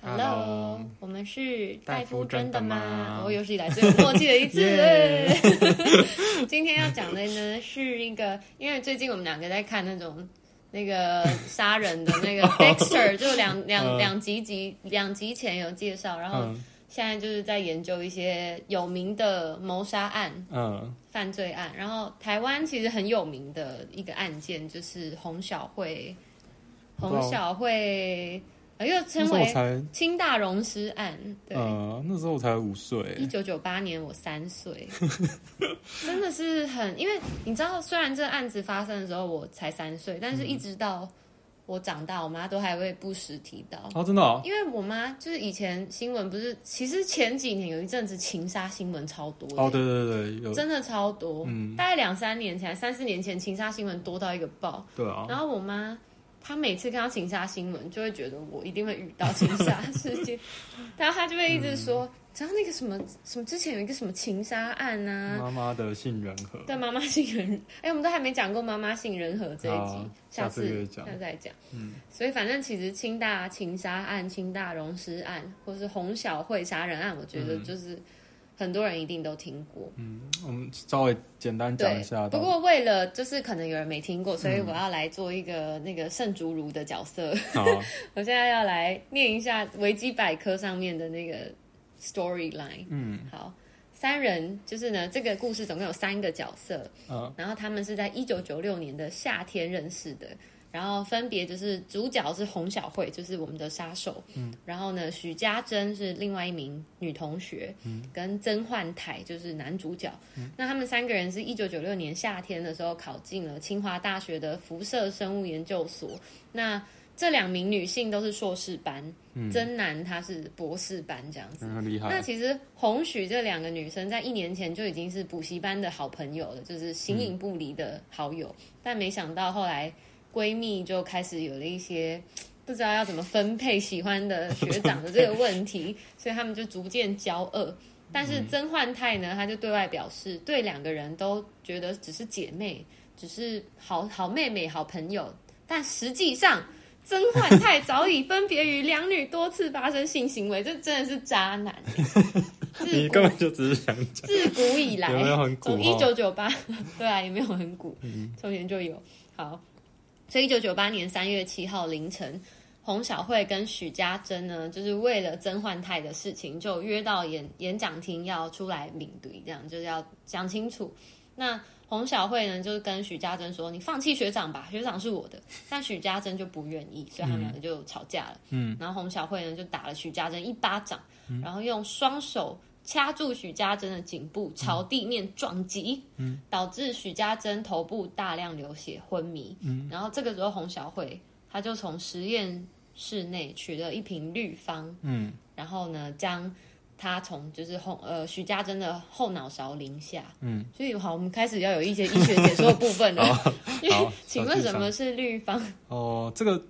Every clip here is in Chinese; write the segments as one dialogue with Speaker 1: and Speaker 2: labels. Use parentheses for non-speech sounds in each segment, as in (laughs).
Speaker 1: Hello，
Speaker 2: Hello
Speaker 1: 我们是
Speaker 2: 戴夫真的吗
Speaker 1: 我有史以哦来最有默契的
Speaker 2: (laughs)
Speaker 1: 一次。
Speaker 2: 耶
Speaker 1: (laughs) 今天要讲的呢是一个，因为最近我们两个在看那种那个杀人的
Speaker 2: (laughs)
Speaker 1: 那个 Dexter，就两两
Speaker 2: 嗯
Speaker 1: 两集集两集前有介绍，然后
Speaker 2: 嗯
Speaker 1: 现在就是在研究一些有名的谋杀案、
Speaker 2: 嗯
Speaker 1: 犯罪案。然后台湾其实很有名的一个案件就是洪小慧，洪小慧。呃又
Speaker 2: 那
Speaker 1: 称
Speaker 2: 时候
Speaker 1: 为
Speaker 2: 我才，
Speaker 1: 清大溶尸案，对，
Speaker 2: 呃，那时候我才五岁
Speaker 1: 一，九九八年我三
Speaker 2: (laughs)
Speaker 1: 岁，真的是很，因为你知道，虽然这案子发生的时候我才三岁，但
Speaker 2: 嗯
Speaker 1: 是一直到我长大，我妈都还会不时提到。
Speaker 2: 哦，真的哦，
Speaker 1: 因为我妈就是以前新闻不是，其实前几年有一阵子情杀新闻超多的，
Speaker 2: 哦，对对对，有，嗯
Speaker 1: 真的超多，大概两三年前、三四年前情杀新闻多到一个爆，
Speaker 2: 对啊，
Speaker 1: 然后我妈，她每次看到情杀新闻，就会觉得我一定会遇到情杀事
Speaker 2: (laughs)
Speaker 1: 件，然后她就会一直说，
Speaker 2: 嗯
Speaker 1: 只要那个什么什么之前有一个什么情杀案啊，
Speaker 2: 妈妈的杏仁核，
Speaker 1: 对妈妈杏仁，哎，我们都还没讲过妈妈杏仁核这一集，
Speaker 2: 好
Speaker 1: 下
Speaker 2: 下次可
Speaker 1: 次
Speaker 2: 以讲
Speaker 1: 下次再讲。嗯，所以反正其实清大情杀案、清大溶尸案，或是洪小慧杀人案，我觉
Speaker 2: 嗯
Speaker 1: 得就是。很多人一定都听过，
Speaker 2: 我们嗯稍微简单讲
Speaker 1: 对
Speaker 2: 一下。。
Speaker 1: 不过为了就是可能有人没听过，所
Speaker 2: 嗯
Speaker 1: 以我要来做一个那个圣竹如的角色， (laughs)
Speaker 2: 好，
Speaker 1: 我现在要来念一下维基百科上面的那个 storyline。
Speaker 2: 嗯，
Speaker 1: 好，三人就是呢，这个故事总共有三个角色，
Speaker 2: 嗯
Speaker 1: 然后他们是在一九九六年的夏天认识的，然后分别就是主角是洪小慧，就是我们的杀手，嗯，然后呢，许家珍是另外一名女同学，嗯，跟曾焕泰就是男主角。那他们三个人是一九九六年夏天的时候考进了清华大学的辐射生物研究所，那。这两名女性都是硕士班，曾南她是博士班这样子。
Speaker 2: 嗯很厉害。
Speaker 1: 那其实红许这两个女生在一年前就已经是补习班的好朋友了，就是形
Speaker 2: 嗯
Speaker 1: 影不离的好友，但没想到后来闺蜜就开始有了一些。不知道要怎么分配喜欢的学长的这个问题， (laughs) 所以他们就逐渐交恶。但是曾焕泰呢，他就对外表示，对两个人都觉得只是姐妹，只是好好妹妹、好朋友，但实际上曾焕泰早已分别于两女多次发生性行为，这真的是渣男。欸自
Speaker 2: (laughs) 你
Speaker 1: 古
Speaker 2: 根本就只是想讲，
Speaker 1: 自古以 (laughs) 来，
Speaker 2: 有没有很古
Speaker 1: 从一
Speaker 2: 哦
Speaker 1: 九九八， (laughs) 对啊，也没有很古，从前就有。好，所以一九九八年三月七号凌晨，洪小慧跟许家珍呢，就是为了曾焕泰的事情，就约到演演讲厅要出来抿对，这样就是要讲清楚。那洪小慧呢，就是跟许家珍说：“你放弃学长吧，学长是我的。”但许家珍就不愿意，所以他们两个就吵架了。嗯，然后洪小慧呢就打了许家珍一巴掌，然后用双手掐住许家珍的颈部，朝地面撞击，嗯，导致许家珍头部大量流血昏迷。嗯，然后这个时候洪小慧她就从实验室内取了一瓶氯方，嗯，然后呢将。她从就是后呃许家珍的后脑勺淋下，嗯，所以好，我们开始要有一些医学解说的部分了。因为
Speaker 2: 好
Speaker 1: 请
Speaker 2: 小
Speaker 1: 问
Speaker 2: 剧
Speaker 1: 什
Speaker 2: 场
Speaker 1: 么是氯方？
Speaker 2: 哦，这个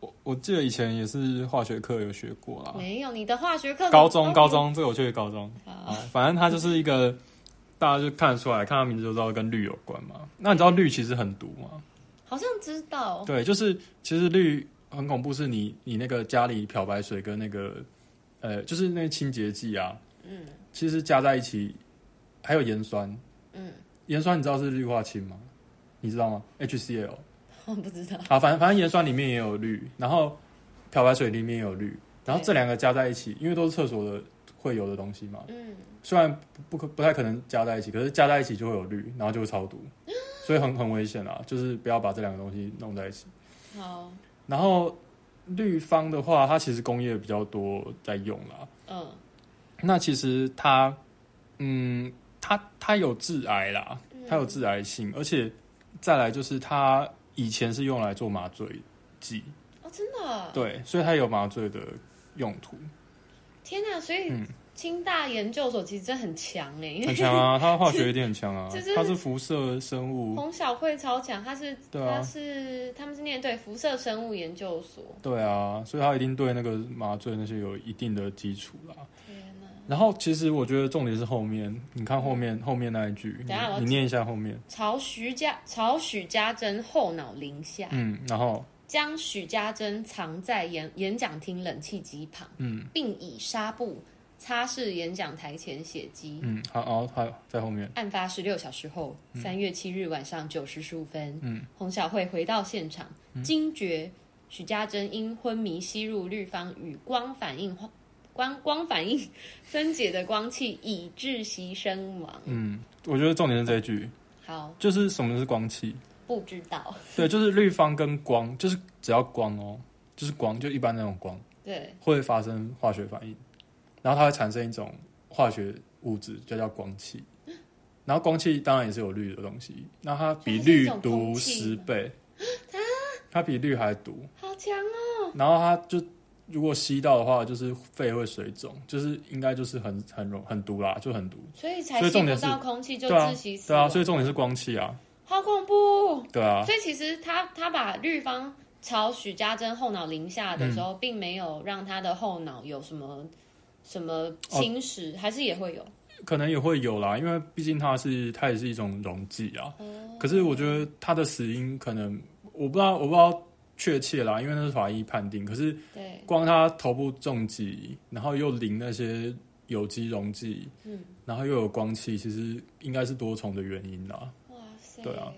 Speaker 2: 我我记得以前也是化学课有学过啦。
Speaker 1: 没有，你的化学课
Speaker 2: 高中
Speaker 1: 哦
Speaker 2: 高中这个我确实高中
Speaker 1: 好
Speaker 2: 啊，反正它就是一个大家就看得出来，看它名字就知道跟氯有关嘛。那你知道氯其实很毒吗？
Speaker 1: 好像知道，
Speaker 2: 对，就是其实氯很恐怖，是你你那个家里漂白水跟那个呃，就是那个清洁剂啊，
Speaker 1: 嗯
Speaker 2: 其实加在一起，还有盐酸，
Speaker 1: 嗯，
Speaker 2: 盐酸你知道是氯化氢吗？你知道吗？HCl
Speaker 1: 我不知道，
Speaker 2: 好，反正反正盐酸里面也有氯，然后漂白水里面也有氯，然后
Speaker 1: 对
Speaker 2: 这两个加在一起，因为都是厕所的会有的东西嘛，
Speaker 1: 嗯，
Speaker 2: 虽然不不可不太可能加在一起，可是加在一起就会有氯，然后就会
Speaker 1: (gasps)
Speaker 2: 超毒，所以很很危险啊，就是不要把这两个东西弄在一起。
Speaker 1: 好，
Speaker 2: 然后氯方的话，它其实工业比较多在用啦，
Speaker 1: 嗯
Speaker 2: 那其实它，嗯，它它有致癌啦，
Speaker 1: 嗯
Speaker 2: 它有致癌性，而且再来就是它以前是用来做麻醉剂，
Speaker 1: 哦，真的，
Speaker 2: 对，所以它有麻醉的用途，
Speaker 1: 天哪！所
Speaker 2: 嗯
Speaker 1: 以清大研究所其实真的很强哎，因
Speaker 2: 很
Speaker 1: 为
Speaker 2: 强啊，它化学一定很
Speaker 1: (laughs)
Speaker 2: 强啊
Speaker 1: 这是，
Speaker 2: 它是辐射生物，
Speaker 1: 洪小慧超强，她是
Speaker 2: 嗯对啊
Speaker 1: 她是他们是念对辐射生物研究所，
Speaker 2: 对啊，所以它一定对那个麻醉那些有一定的基础啦。
Speaker 1: 天哪，嗯
Speaker 2: 然后其实我觉得重点是后面，你看后面后面那一句，
Speaker 1: 等一下我
Speaker 2: 你你念一下后面，
Speaker 1: 朝徐家朝许家珍后脑淋下，
Speaker 2: 嗯，然后
Speaker 1: 将许家珍藏在演演讲厅冷气机旁，嗯，并以纱布擦拭演讲台前血迹。
Speaker 2: 嗯，好，然后还有在后面，
Speaker 1: 案发十六小时后，
Speaker 2: 嗯
Speaker 1: 三、月七日晚上九时十五分，嗯，洪小慧回到现场，
Speaker 2: 嗯
Speaker 1: 惊觉许家珍因昏迷吸入氯方与光反应化光光反应分解的光气，以致其身亡。
Speaker 2: 嗯，我觉得重点是这一句，
Speaker 1: 好，
Speaker 2: 就是什么是光气？
Speaker 1: 不知道，
Speaker 2: 对，就是绿方跟光，就是只要光哦，就是光，就一般那种光
Speaker 1: 对，
Speaker 2: 会发生化学反应，然后它会产生一种化学物质，就叫光气。然后光气当然也是有氯的东西，那它比
Speaker 1: 所以它是一
Speaker 2: 氯
Speaker 1: 种
Speaker 2: 毒
Speaker 1: 空气啊
Speaker 2: 十倍，它比氯还毒。
Speaker 1: 好强哦！
Speaker 2: 然后它就如果吸到的话，就是肺会水肿，就是应该就是很很容很毒啦，就很毒。
Speaker 1: 所以才
Speaker 2: 所以
Speaker 1: 吸
Speaker 2: 重
Speaker 1: 不
Speaker 2: 点是
Speaker 1: 到空气就
Speaker 2: 对啊
Speaker 1: 窒息，死
Speaker 2: 对
Speaker 1: 亡，
Speaker 2: 啊，所以重点是光气啊，
Speaker 1: 好恐怖！
Speaker 2: 对啊，
Speaker 1: 所以其实他他把绿方朝许家珍后脑淋下的时候，并没有让他的后脑有什么什么侵蚀，还是也会有。
Speaker 2: 可能也会有啦，因为毕竟它是它也是一种溶剂啊。可是我觉得它的死因可能我不知道，我不知道确切啦，因为那是法医判定。可是
Speaker 1: 对，
Speaker 2: 光他头部重击，然后又淋那些有机溶剂，
Speaker 1: 嗯，
Speaker 2: 然后又有光气，其实应该是多重的原因啦。
Speaker 1: 哇塞！
Speaker 2: 对啊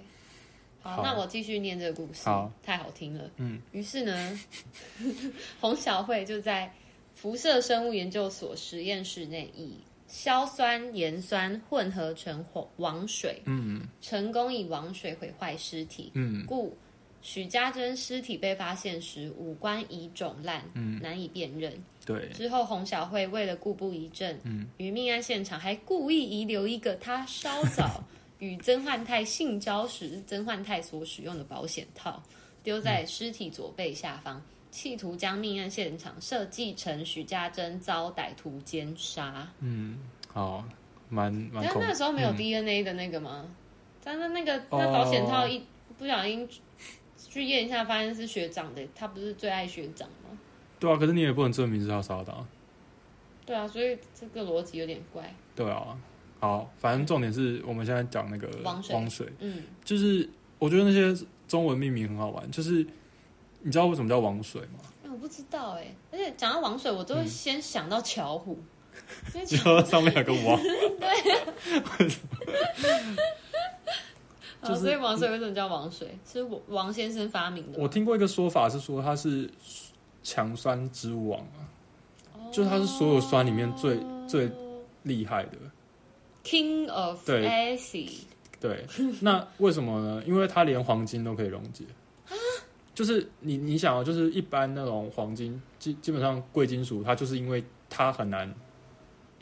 Speaker 1: 好，
Speaker 2: 好
Speaker 1: 那我继续念这个故事
Speaker 2: 好，
Speaker 1: 太好听了。
Speaker 2: 嗯，
Speaker 1: 于是呢， (laughs) 洪小慧就在辐射生物研究所实验室内以硝酸盐酸混合成火王水，
Speaker 2: 嗯
Speaker 1: 成功以王水毁坏尸体。
Speaker 2: 嗯
Speaker 1: 故许家珍尸体被发现时，五官已肿烂，
Speaker 2: 嗯
Speaker 1: 难以辨认。
Speaker 2: 对，嗯
Speaker 1: 之后，洪小慧为了固步一阵，于命案现场还故意遗留一个她稍早与曾焕泰性交时曾焕泰所使用的保险套，丢在尸体左背下方，企图将命案现场设计成许家珍遭歹徒奸杀。
Speaker 2: 嗯，好，蛮蛮
Speaker 1: 但
Speaker 2: 恐
Speaker 1: 那时候没有 DNA 的那个吗？但是那个那
Speaker 2: 嗯哦
Speaker 1: 保险套一、不小心去去验一下，发现是学长的，他不是最爱学长吗？
Speaker 2: 对啊，可是你也不能证明是他杀的、啊，
Speaker 1: 对啊，所以这个逻辑有点怪。
Speaker 2: 对啊。好，反正重点是我们现在讲那个
Speaker 1: 王水
Speaker 2: 汪水，
Speaker 1: 嗯，
Speaker 2: 就是我觉得那些中文命名很好玩，就是你知道为什么叫王水
Speaker 1: (laughs)
Speaker 2: 吗？
Speaker 1: 哎、我不知道哎、而且讲到王水，我都
Speaker 2: 嗯
Speaker 1: 会先想到巧虎，
Speaker 2: (laughs)
Speaker 1: 因为
Speaker 2: 然后上面有个王，
Speaker 1: 哦所以王水
Speaker 2: 嗯
Speaker 1: 为什么叫王水？是王王先生发明的
Speaker 2: 我
Speaker 1: 吗。
Speaker 2: 听过一个说法是说它是强酸之王啊，
Speaker 1: 哦
Speaker 2: 就是它是所有酸里面最最厉害的。
Speaker 1: King of
Speaker 2: 对
Speaker 1: Acid。 (laughs)
Speaker 2: 对，那为什么呢？因为它连黄金都可以溶解。
Speaker 1: 啊
Speaker 2: 就是你你想啊，就是一般那种黄金，基基本上贵金属，它就是因为它很难，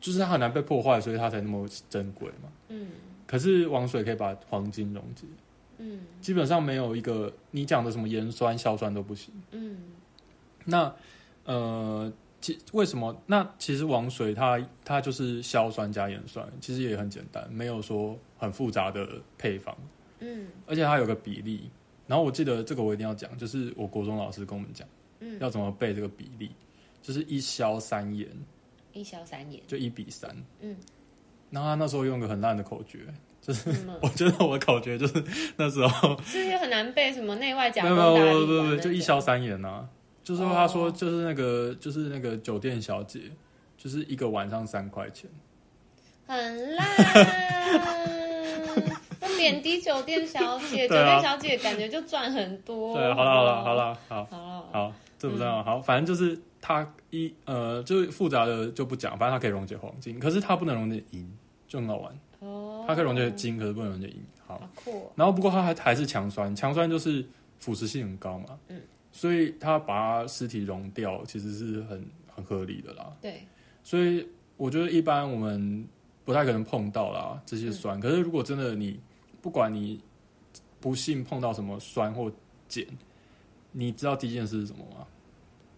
Speaker 2: 就是它很难被破坏，所以它才那么珍贵嘛。
Speaker 1: 嗯
Speaker 2: 可是王水可以把黄金溶解，
Speaker 1: 嗯
Speaker 2: 基本上没有一个你讲的什么盐酸、硝酸都不行。
Speaker 1: 嗯
Speaker 2: 那呃，其为什么？那其实王水它它就是硝酸加盐酸，其实也很简单，没有说很复杂的配方，
Speaker 1: 嗯
Speaker 2: 而且它有个比例。然后我记得这个我一定要讲，就是我国中老师跟我们讲
Speaker 1: 嗯，
Speaker 2: 要怎么背这个比例，就是一硝三盐，
Speaker 1: 一消三年。
Speaker 2: 就一比三。
Speaker 1: 嗯，
Speaker 2: 然后他那时候用个很烂的口诀，
Speaker 1: 嗯嘛
Speaker 2: 我觉得我的口诀就是那时候
Speaker 1: 这些很难背，什么内外夹
Speaker 2: 没
Speaker 1: 攻
Speaker 2: 有没
Speaker 1: 打力吧
Speaker 2: 有没有没有没有，
Speaker 1: 那
Speaker 2: 就
Speaker 1: 种
Speaker 2: 一消三言呐、就是说他说
Speaker 1: 哦
Speaker 2: 就是那个、就是那个酒店小姐，就是一个晚上三块钱，
Speaker 1: 很烂。那贬低酒店小姐，酒
Speaker 2: (laughs) 对啊
Speaker 1: 店小姐感觉就赚很多。
Speaker 2: 对，好了好了好，了好
Speaker 1: 好了，
Speaker 2: 好，这不
Speaker 1: 嗯
Speaker 2: 重要，好，反正就是它一呃就是复杂的就不讲，反正它可以溶解黄金，可是它不能溶解银，就很好玩，
Speaker 1: 哦，
Speaker 2: 它可以溶解金，可是不能溶解银，好，
Speaker 1: 好酷哦，
Speaker 2: 然后不过它还还是强酸，强酸就是腐蚀性很高嘛，
Speaker 1: 嗯，
Speaker 2: 所以它把尸体溶掉其实是很很合理的啦，
Speaker 1: 对，
Speaker 2: 所以我觉得一般我们不太可能碰到啦这
Speaker 1: 嗯
Speaker 2: 些酸。可是如果真的你不管你不幸碰到什么酸或碱，你知道第一件事是什么吗？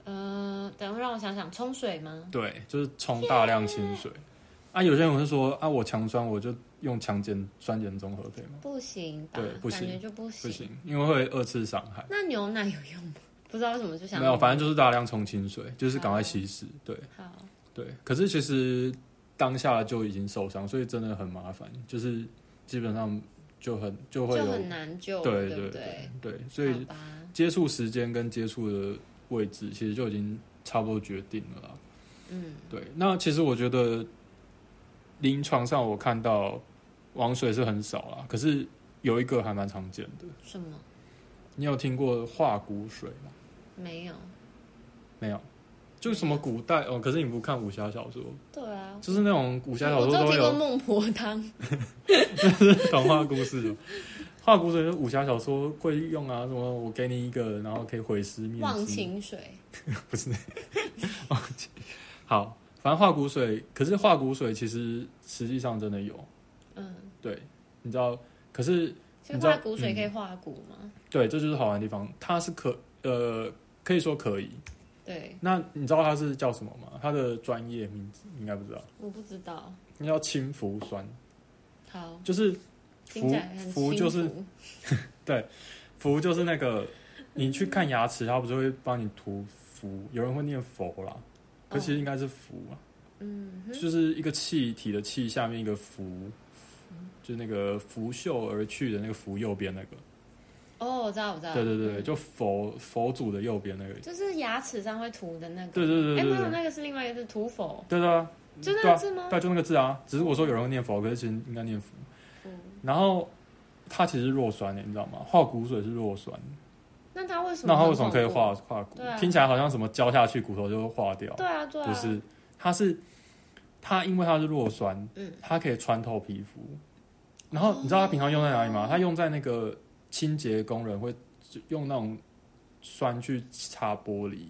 Speaker 1: 呃，等会让我想想，冲水吗？
Speaker 2: 对，就是冲大量清水。啊，有些人会说啊，我强酸我就用强碱酸碱中和可以吗？
Speaker 1: 不行吧，
Speaker 2: 对不行
Speaker 1: 感觉就不
Speaker 2: 不
Speaker 1: 行。
Speaker 2: 行，因为会二次伤害。
Speaker 1: 那牛奶有用吗？不知道为什么就想
Speaker 2: 没有，反正就是大量冲清水，就是赶快稀释。对
Speaker 1: 好，
Speaker 2: 对，可是其实当下就已经受伤，所以真的很麻烦，就是基本上就很就会
Speaker 1: 就
Speaker 2: 有
Speaker 1: 很难救，
Speaker 2: 对
Speaker 1: 不
Speaker 2: 对
Speaker 1: 对？
Speaker 2: 对，所以
Speaker 1: 好吧
Speaker 2: 接触时间跟接触的位置，其实就已经差不多决定了啦。
Speaker 1: 嗯，
Speaker 2: 对，那其实我觉得临床上我看到王水是很少啦，可是有一个还蛮常见的。
Speaker 1: 什么
Speaker 2: 你有听过化骨水吗？
Speaker 1: 没有？
Speaker 2: 没有，就是什么古代哦。可是你不看武侠小说，
Speaker 1: 对啊，
Speaker 2: 就是那种武侠小
Speaker 1: 我
Speaker 2: 说
Speaker 1: 只
Speaker 2: 都
Speaker 1: 有
Speaker 2: 会
Speaker 1: 听过
Speaker 2: 有
Speaker 1: 孟婆汤， (laughs)
Speaker 2: 童话故事。化骨水就是武侠小说会用啊，什么我给你一个，然后可以毁尸灭
Speaker 1: (laughs) 忘
Speaker 2: 迹。
Speaker 1: 情水，
Speaker 2: 不是，忘记。好，反正化骨水，可是化骨水其实实际上真的有，
Speaker 1: 嗯，
Speaker 2: 对，你知道，可是
Speaker 1: 所以
Speaker 2: 你知道嗯
Speaker 1: 化骨水可以化骨吗？
Speaker 2: 对，这就是好玩的地方，它是可呃可以说可以。
Speaker 1: 对，
Speaker 2: 那你知道它是叫什么吗？它的专业名字你应该不知道，
Speaker 1: 我不知道。
Speaker 2: 那叫氢氟酸，
Speaker 1: 好，
Speaker 2: 就是
Speaker 1: 听起来很
Speaker 2: 氟
Speaker 1: 幸
Speaker 2: 就是
Speaker 1: 福
Speaker 2: 氟就是
Speaker 1: (laughs)
Speaker 2: 那个你去看牙齿，它不是会帮你涂氟，有人会念氟啦，可其实应该是氟啊。
Speaker 1: 哦嗯哼，
Speaker 2: 就是一个气体的气下面一个拂，
Speaker 1: 嗯
Speaker 2: 就是那个拂袖而去的那个拂右边那个，
Speaker 1: 哦，我知道，我知道，
Speaker 2: 对对对，
Speaker 1: 嗯
Speaker 2: 就佛佛祖的右边那个，
Speaker 1: 就是牙齿上会涂的那个，
Speaker 2: 对对对
Speaker 1: 哎，没
Speaker 2: 对对
Speaker 1: 有，
Speaker 2: 对，
Speaker 1: 那个是另外一个是涂否，
Speaker 2: 对啊，
Speaker 1: 就那
Speaker 2: 对
Speaker 1: 个
Speaker 2: 啊
Speaker 1: 字吗？
Speaker 2: 对啊，就那个字啊，只是我说有人会念佛，可是其实应该念佛。
Speaker 1: 嗯，
Speaker 2: 然后它其实是弱酸的，你知道吗？化骨水是弱酸，
Speaker 1: 那它为什么？
Speaker 2: 那它为什么可以化？化骨
Speaker 1: 对？啊
Speaker 2: 听起来好像什么浇下去骨头就会化掉，
Speaker 1: 对啊，对啊，
Speaker 2: 不是，它是它因为它是弱酸，
Speaker 1: 嗯
Speaker 2: 它可以穿透皮肤。然后你知道它平常用在哪
Speaker 1: 哦
Speaker 2: 里吗？它用在那个清洁工人会用那种酸去擦玻璃，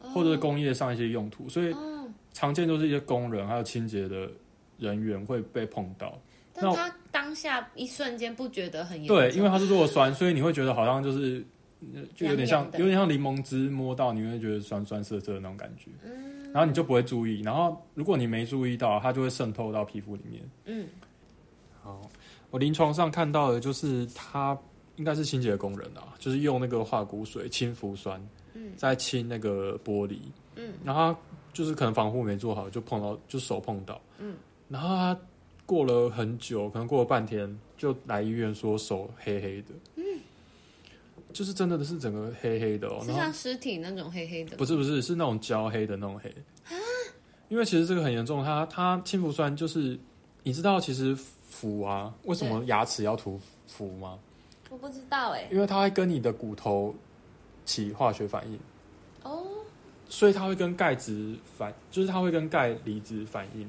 Speaker 1: 哦，
Speaker 2: 或者是工业上一些用途，所以
Speaker 1: 哦，
Speaker 2: 常见就是一些工人还有清洁的人员会被碰到。那
Speaker 1: 但他当下一瞬间不觉得很严重，
Speaker 2: 对，因为它是弱酸，所以你会觉得好像就是。呃就有点像
Speaker 1: 痒痒，的
Speaker 2: 有点像柠檬汁摸到，你会觉得酸酸涩涩的那种感觉，
Speaker 1: 嗯
Speaker 2: 然后你就不会注意。然后如果你没注意到，它就会渗透到皮肤里面。
Speaker 1: 嗯
Speaker 2: 好，我临床上看到的就是他应该是清洁工人啊，就是用那个化骨水清氟酸
Speaker 1: 嗯
Speaker 2: 在清那个玻璃，
Speaker 1: 嗯
Speaker 2: 然后他就是可能防护没做好，就碰到就手碰到，
Speaker 1: 嗯，
Speaker 2: 然后他过了很久，可能过了半天，就来医院说手黑黑的，嗯，就是真的是整个黑黑的哦，
Speaker 1: 是
Speaker 2: 然后
Speaker 1: 像尸体那种黑黑的，
Speaker 2: 不是不是，是那种焦黑的那种黑。因为其实这个很严重，它它氢氟酸就是你知道，其实氟啊，为什么牙齿要涂氟吗？
Speaker 1: 我不知道哎，
Speaker 2: 因为它会跟你的骨头起化学反应，
Speaker 1: 哦，
Speaker 2: 所以它会跟钙质反，就是它会跟钙离子反应，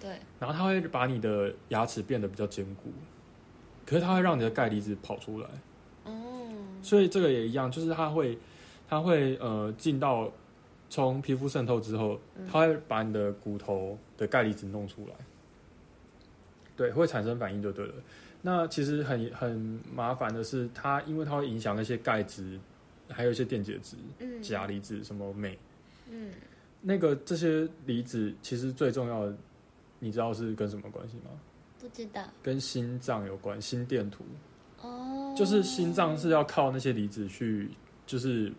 Speaker 1: 对，
Speaker 2: 然后它会把你的牙齿变得比较坚固，可是它会让你的钙离子跑出来。
Speaker 1: 哦，
Speaker 2: 所以这个也一样，就是它会，它会呃进到从皮肤渗透之后，它会把你的骨头的钙离子弄出来，对，会产生反应就对了。那其实很很麻烦的是，它因为它会影响那些钙质，还有一些电解质、
Speaker 1: 嗯
Speaker 2: 钾离子、什么镁，
Speaker 1: 嗯，
Speaker 2: 那个这些离子其实最重要的，你知道是跟什么关系吗？
Speaker 1: 不知道
Speaker 2: 跟心脏有关，心电图。
Speaker 1: 哦，
Speaker 2: 就是心脏是要靠那些离子去就是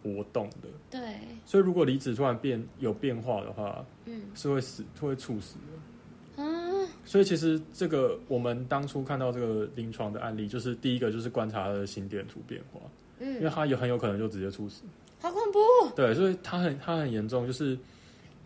Speaker 2: 搏动的，
Speaker 1: 对，
Speaker 2: 所以如果离子突然变有变化的话，
Speaker 1: 嗯
Speaker 2: 是会死，会猝死的。
Speaker 1: 啊，
Speaker 2: 所以其实这个我们当初看到这个临床的案例，就是第一个就是观察他的心电图变化，因为
Speaker 1: 嗯，
Speaker 2: 他也很有可能就直接猝死。
Speaker 1: 好恐怖，
Speaker 2: 对，所以他很他很严重，就是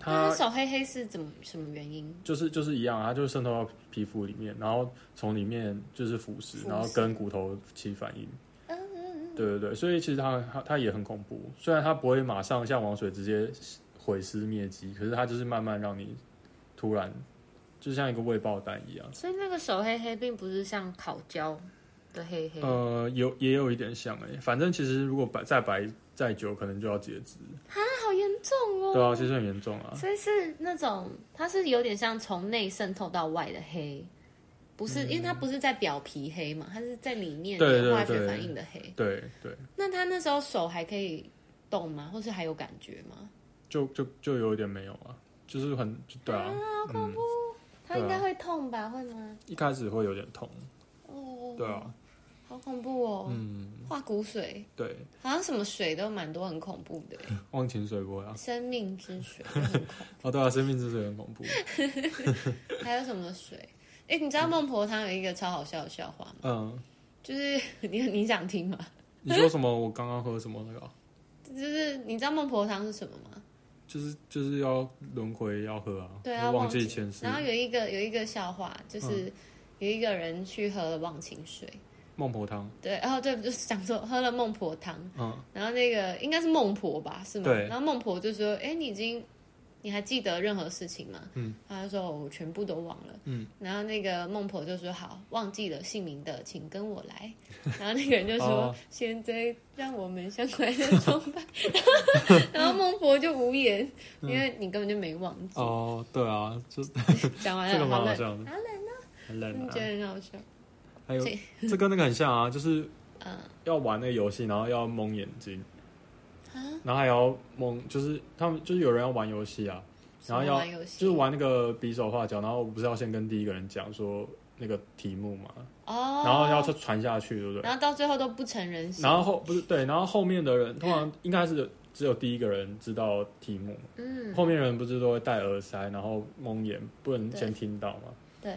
Speaker 1: 那
Speaker 2: 他
Speaker 1: 他手黑黑是怎么什么原因？
Speaker 2: 就是就是一样啊，他就是渗透到皮肤里面，然后从里面就是腐
Speaker 1: 腐
Speaker 2: 蚀，
Speaker 1: 蚀
Speaker 2: 然后跟骨头起反应。
Speaker 1: 嗯嗯
Speaker 2: 对对对，所以其实它它它也很恐怖，虽然它不会马上像王水直接毁尸灭迹，可是它就是慢慢让你突然就像一个未爆弹一样。
Speaker 1: 嗯，所以那个手黑黑并不是像烤焦的黑黑，
Speaker 2: 呃，有也有一点像哎、反正其实如果白再白再久，可能就要截肢。
Speaker 1: 那好严重哦，
Speaker 2: 对啊，其实很严重啊。
Speaker 1: 所以是那种，它是有点像从内渗透到外的黑，不是、因为它不是在表皮黑嘛，它是在里面
Speaker 2: 对对
Speaker 1: 有化学
Speaker 2: 对
Speaker 1: 反应的黑。
Speaker 2: 对对，
Speaker 1: 那他那时候手还可以动吗？或是还有感觉吗？
Speaker 2: 就就就有一点没有啊，就是很就对啊，嗯，
Speaker 1: 他应该会痛吧？会吗？
Speaker 2: 一开始会有点痛，
Speaker 1: 哦，
Speaker 2: 对，啊，
Speaker 1: 好恐怖哦！
Speaker 2: 嗯，
Speaker 1: 化骨水
Speaker 2: 对，
Speaker 1: 好像什么水都蛮多很恐怖的，
Speaker 2: 忘情水波啊，
Speaker 1: 生命之水也很恐
Speaker 2: 哦对啊，生命之水很恐怖。
Speaker 1: 怖，还有什么水？哎、你知道孟婆汤有一个超好笑的笑话，
Speaker 2: 嗯，
Speaker 1: 就是 (laughs) 你你想听吗？
Speaker 2: 你说什么？我刚刚喝什么那个啊？
Speaker 1: 就是你知道孟婆汤是什么吗？
Speaker 2: 就是就是要轮回要喝啊，
Speaker 1: 对啊，
Speaker 2: 我忘
Speaker 1: 忘
Speaker 2: 记前世
Speaker 1: 然后有一个有一个笑话，就是有一个人去喝了忘情水，
Speaker 2: 孟婆汤，
Speaker 1: 对，然后对，就是讲说喝了孟婆汤，
Speaker 2: 嗯，
Speaker 1: 然后那个应该是孟婆吧，是吗？
Speaker 2: 对
Speaker 1: 然后孟婆就说：“哎，你已经，你还记得任何事情吗？”
Speaker 2: 嗯，
Speaker 1: 他就说：“哦我全部都忘了。”
Speaker 2: 嗯，
Speaker 1: 然后那个孟婆就说：“好，忘记了姓名的，请跟我
Speaker 2: (laughs)
Speaker 1: 来。”然后那个人就说
Speaker 2: 哦：“
Speaker 1: 现在让我们相快乐
Speaker 2: (laughs)
Speaker 1: 崇拜。” (laughs) 然后孟婆就无言，因为你根本就没忘记。
Speaker 2: 嗯哦，对啊，这
Speaker 1: (laughs) 讲完
Speaker 2: 这个
Speaker 1: 了，
Speaker 2: 蛮
Speaker 1: 好嗯冷，
Speaker 2: 好笑的，很冷
Speaker 1: 你
Speaker 2: 啊
Speaker 1: 觉，得很好笑？
Speaker 2: 还有
Speaker 1: 这
Speaker 2: 这跟那个很像啊，就是
Speaker 1: 嗯
Speaker 2: 要玩那个游戏，然后要蒙眼睛，
Speaker 1: 啊
Speaker 2: 然后还要蒙，就是他们就是有人要玩游戏啊，然
Speaker 1: 什么
Speaker 2: 后要
Speaker 1: 玩游戏
Speaker 2: 就是玩那个比手画脚，然后我不是要先跟第一个人讲说那个题目嘛，
Speaker 1: 哦，
Speaker 2: 然后要去传下去，对不对？
Speaker 1: 然后到最后都不成人形，
Speaker 2: 然后后不是对，然后后面的人通常应该是只有第一个人知道题目，
Speaker 1: 嗯，
Speaker 2: 后面人不是都会戴耳塞，然后蒙眼，不能
Speaker 1: 对
Speaker 2: 先听到嘛。
Speaker 1: 对，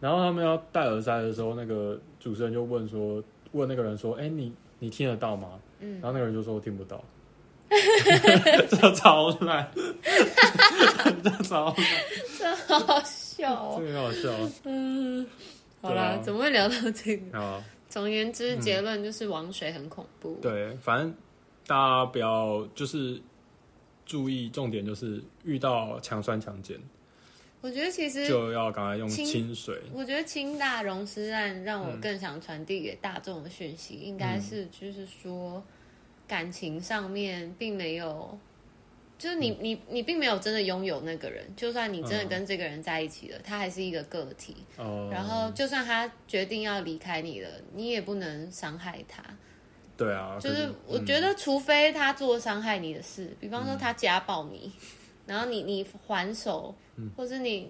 Speaker 2: 然后他们要戴耳塞的时候，那个主持人就问说，问那个人说，哎、你你听得到吗？
Speaker 1: 嗯
Speaker 2: 然。后那个人就说我听不到， (laughs) 这超烂， (laughs) 这超
Speaker 1: (laughs) 真好笑哦。
Speaker 2: 这个好笑
Speaker 1: 嗯，好
Speaker 2: 对
Speaker 1: 啦，
Speaker 2: 啊
Speaker 1: 怎么会聊到这个？
Speaker 2: 啊！
Speaker 1: 总而言之，
Speaker 2: 嗯
Speaker 1: 结论就是王水很恐怖。
Speaker 2: 对，反正大家不要就是注意，重点就是遇到强酸强碱
Speaker 1: 我觉得其实，
Speaker 2: 就要赶快用
Speaker 1: 清
Speaker 2: 清水，
Speaker 1: 我觉得清大溶尸案让我更想传递给大众的讯息，应该是
Speaker 2: 嗯
Speaker 1: 就是说，感情上面并没有。就是你，你，你并没有真的拥有那个人。就算你真的
Speaker 2: 嗯
Speaker 1: 跟这个人在一起了，他还是一个个体。
Speaker 2: 呃，
Speaker 1: 然后，就算他决定要离开你了，你也不能伤害他。
Speaker 2: 对啊，
Speaker 1: 就
Speaker 2: 可
Speaker 1: 是嗯我觉得，除非他做伤害你的事，比方说他家暴你，然后你你还手，或是你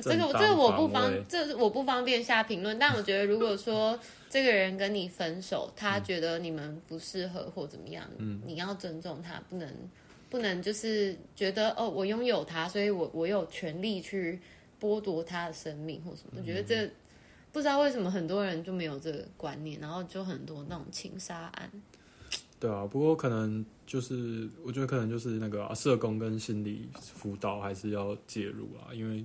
Speaker 1: 这
Speaker 2: 嗯正
Speaker 1: 个
Speaker 2: 当
Speaker 1: 这个我不
Speaker 2: 防
Speaker 1: 方
Speaker 2: 卫，
Speaker 1: 这我不方便下评论。但我觉得，如果说这个人跟你分手，他
Speaker 2: 嗯
Speaker 1: 觉得你们不适合或怎么样，你要尊重他，不能不能就是觉得哦，我拥有他，所以我我有权利去剥夺他的生命或什么。我觉得
Speaker 2: 嗯
Speaker 1: 这不知道为什么很多人就没有这个观念，然后就很多那种情杀案。
Speaker 2: 对啊，不过可能就是，我觉得可能就是那个、啊、社工跟心理辅导还是要介入啊，因为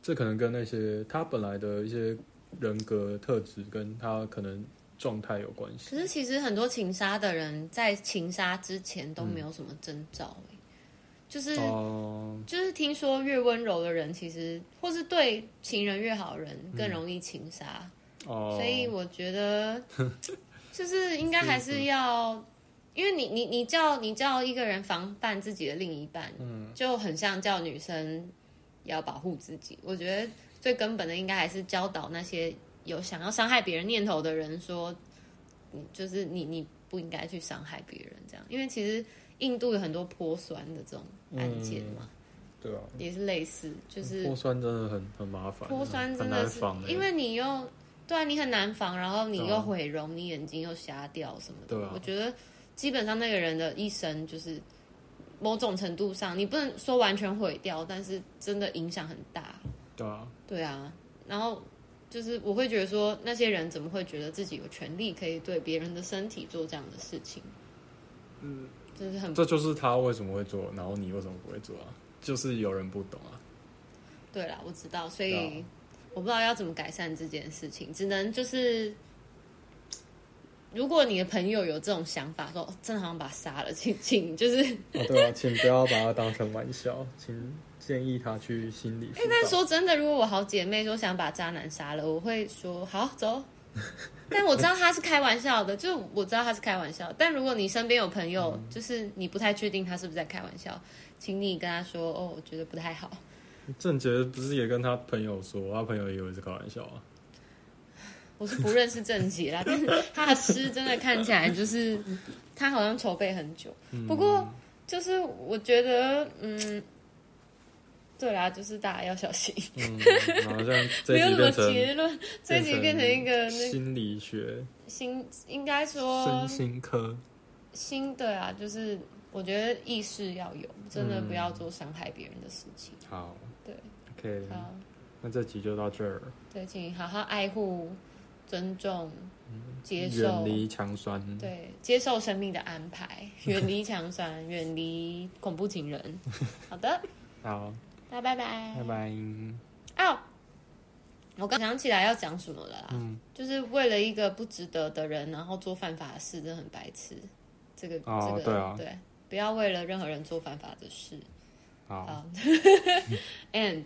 Speaker 2: 这可能跟那些他本来的一些人格特质跟他可能状态有关系。
Speaker 1: 可是其实很多情杀的人在情杀之前都没有什么征兆、欸就是、
Speaker 2: 嗯哦、
Speaker 1: 就是听说越温柔的人，其实或是对情人越好的人更
Speaker 2: 嗯
Speaker 1: 容易情杀，
Speaker 2: 哦，
Speaker 1: 所以我觉得
Speaker 2: (laughs)
Speaker 1: 就是应该还
Speaker 2: 嗯
Speaker 1: 是要。因为你你你叫你叫一个人防范自己的另一半，
Speaker 2: 嗯
Speaker 1: 就很像叫女生要保护自己。我觉得最根本的应该还是教导那些有想要伤害别人念头的人说，你就是你你不应该去伤害别人这样。因为其实印度有很多泼酸的这种案件嘛，
Speaker 2: 对啊，
Speaker 1: 也是类似，就是
Speaker 2: 泼酸真的很很麻烦，啊
Speaker 1: 泼酸真
Speaker 2: 很
Speaker 1: 的
Speaker 2: 难
Speaker 1: 是
Speaker 2: 防欸、
Speaker 1: 因为你又对啊，你很难防，然后你
Speaker 2: 对
Speaker 1: 又
Speaker 2: 啊
Speaker 1: 毁容，你眼睛又瞎掉什么的。
Speaker 2: 对啊
Speaker 1: 我觉得基本上那个人的一生就是某种程度上，你不能说完全毁掉，但是真的影响很大。
Speaker 2: 对啊，
Speaker 1: 对啊，然后就是我会觉得说，那些人怎么会觉得自己有权利可以对别人的身体做这样的事情？嗯，真是很
Speaker 2: 这就是他为什么会做，然后你为什么不会做啊？就是有人不懂啊，
Speaker 1: 对啦，我知道，所
Speaker 2: 对啊
Speaker 1: 以我不知道要怎么改善这件事情，只能就是，如果你的朋友有这种想法，说、哦、真的好像把他杀了，请请就是，
Speaker 2: 哦对啊，请不要把它当成玩笑，请建议他去心理辅导。
Speaker 1: 哎但说真的，如果我好姐妹说想把渣男杀了，我会说好走。但我知道他是开玩笑的，就我知道他是开玩笑。但如果你身边有朋友，
Speaker 2: 嗯
Speaker 1: 就是你不太确定他是不是在开玩笑，请你跟他说哦，我觉得不太好。
Speaker 2: 郑杰不是也跟他朋友说，他朋友也以为是开玩笑啊。
Speaker 1: 我是不认识郑杰啦， (laughs) 但是他的诗真的看起来就是他好像筹备很久。
Speaker 2: 嗯
Speaker 1: 不过就是我觉得，嗯，对啦，就是大家要小心，
Speaker 2: 嗯，好像 (laughs)
Speaker 1: (laughs)
Speaker 2: 这
Speaker 1: 没有什么
Speaker 2: 一集变成
Speaker 1: 结论。这一集变成一个那
Speaker 2: 心理学、
Speaker 1: 新，应该说
Speaker 2: 身心科。
Speaker 1: 新对啊，就是我觉得意
Speaker 2: 嗯
Speaker 1: 识要有，真的不要做伤害别人的事情。
Speaker 2: 好，
Speaker 1: 对
Speaker 2: ，OK，
Speaker 1: 好，
Speaker 2: 那这集就到这儿，
Speaker 1: 对，请好好爱护、尊重、接
Speaker 2: 嗯远
Speaker 1: 受，
Speaker 2: 离强酸。
Speaker 1: 对，接受生命的安
Speaker 2: (laughs)
Speaker 1: 排，远离强酸，远离恐怖情人。好的，
Speaker 2: 好，
Speaker 1: 那拜拜
Speaker 2: 拜。嗯拜。嗯
Speaker 1: 哦，我刚想起来要讲什么了啦，就是为了一个不值得的人，然后做犯法的事，真的很白痴。这个、
Speaker 2: 哦
Speaker 1: 这个
Speaker 2: 对啊
Speaker 1: 对，不要为了任何人做犯法的事。
Speaker 2: 好，
Speaker 1: And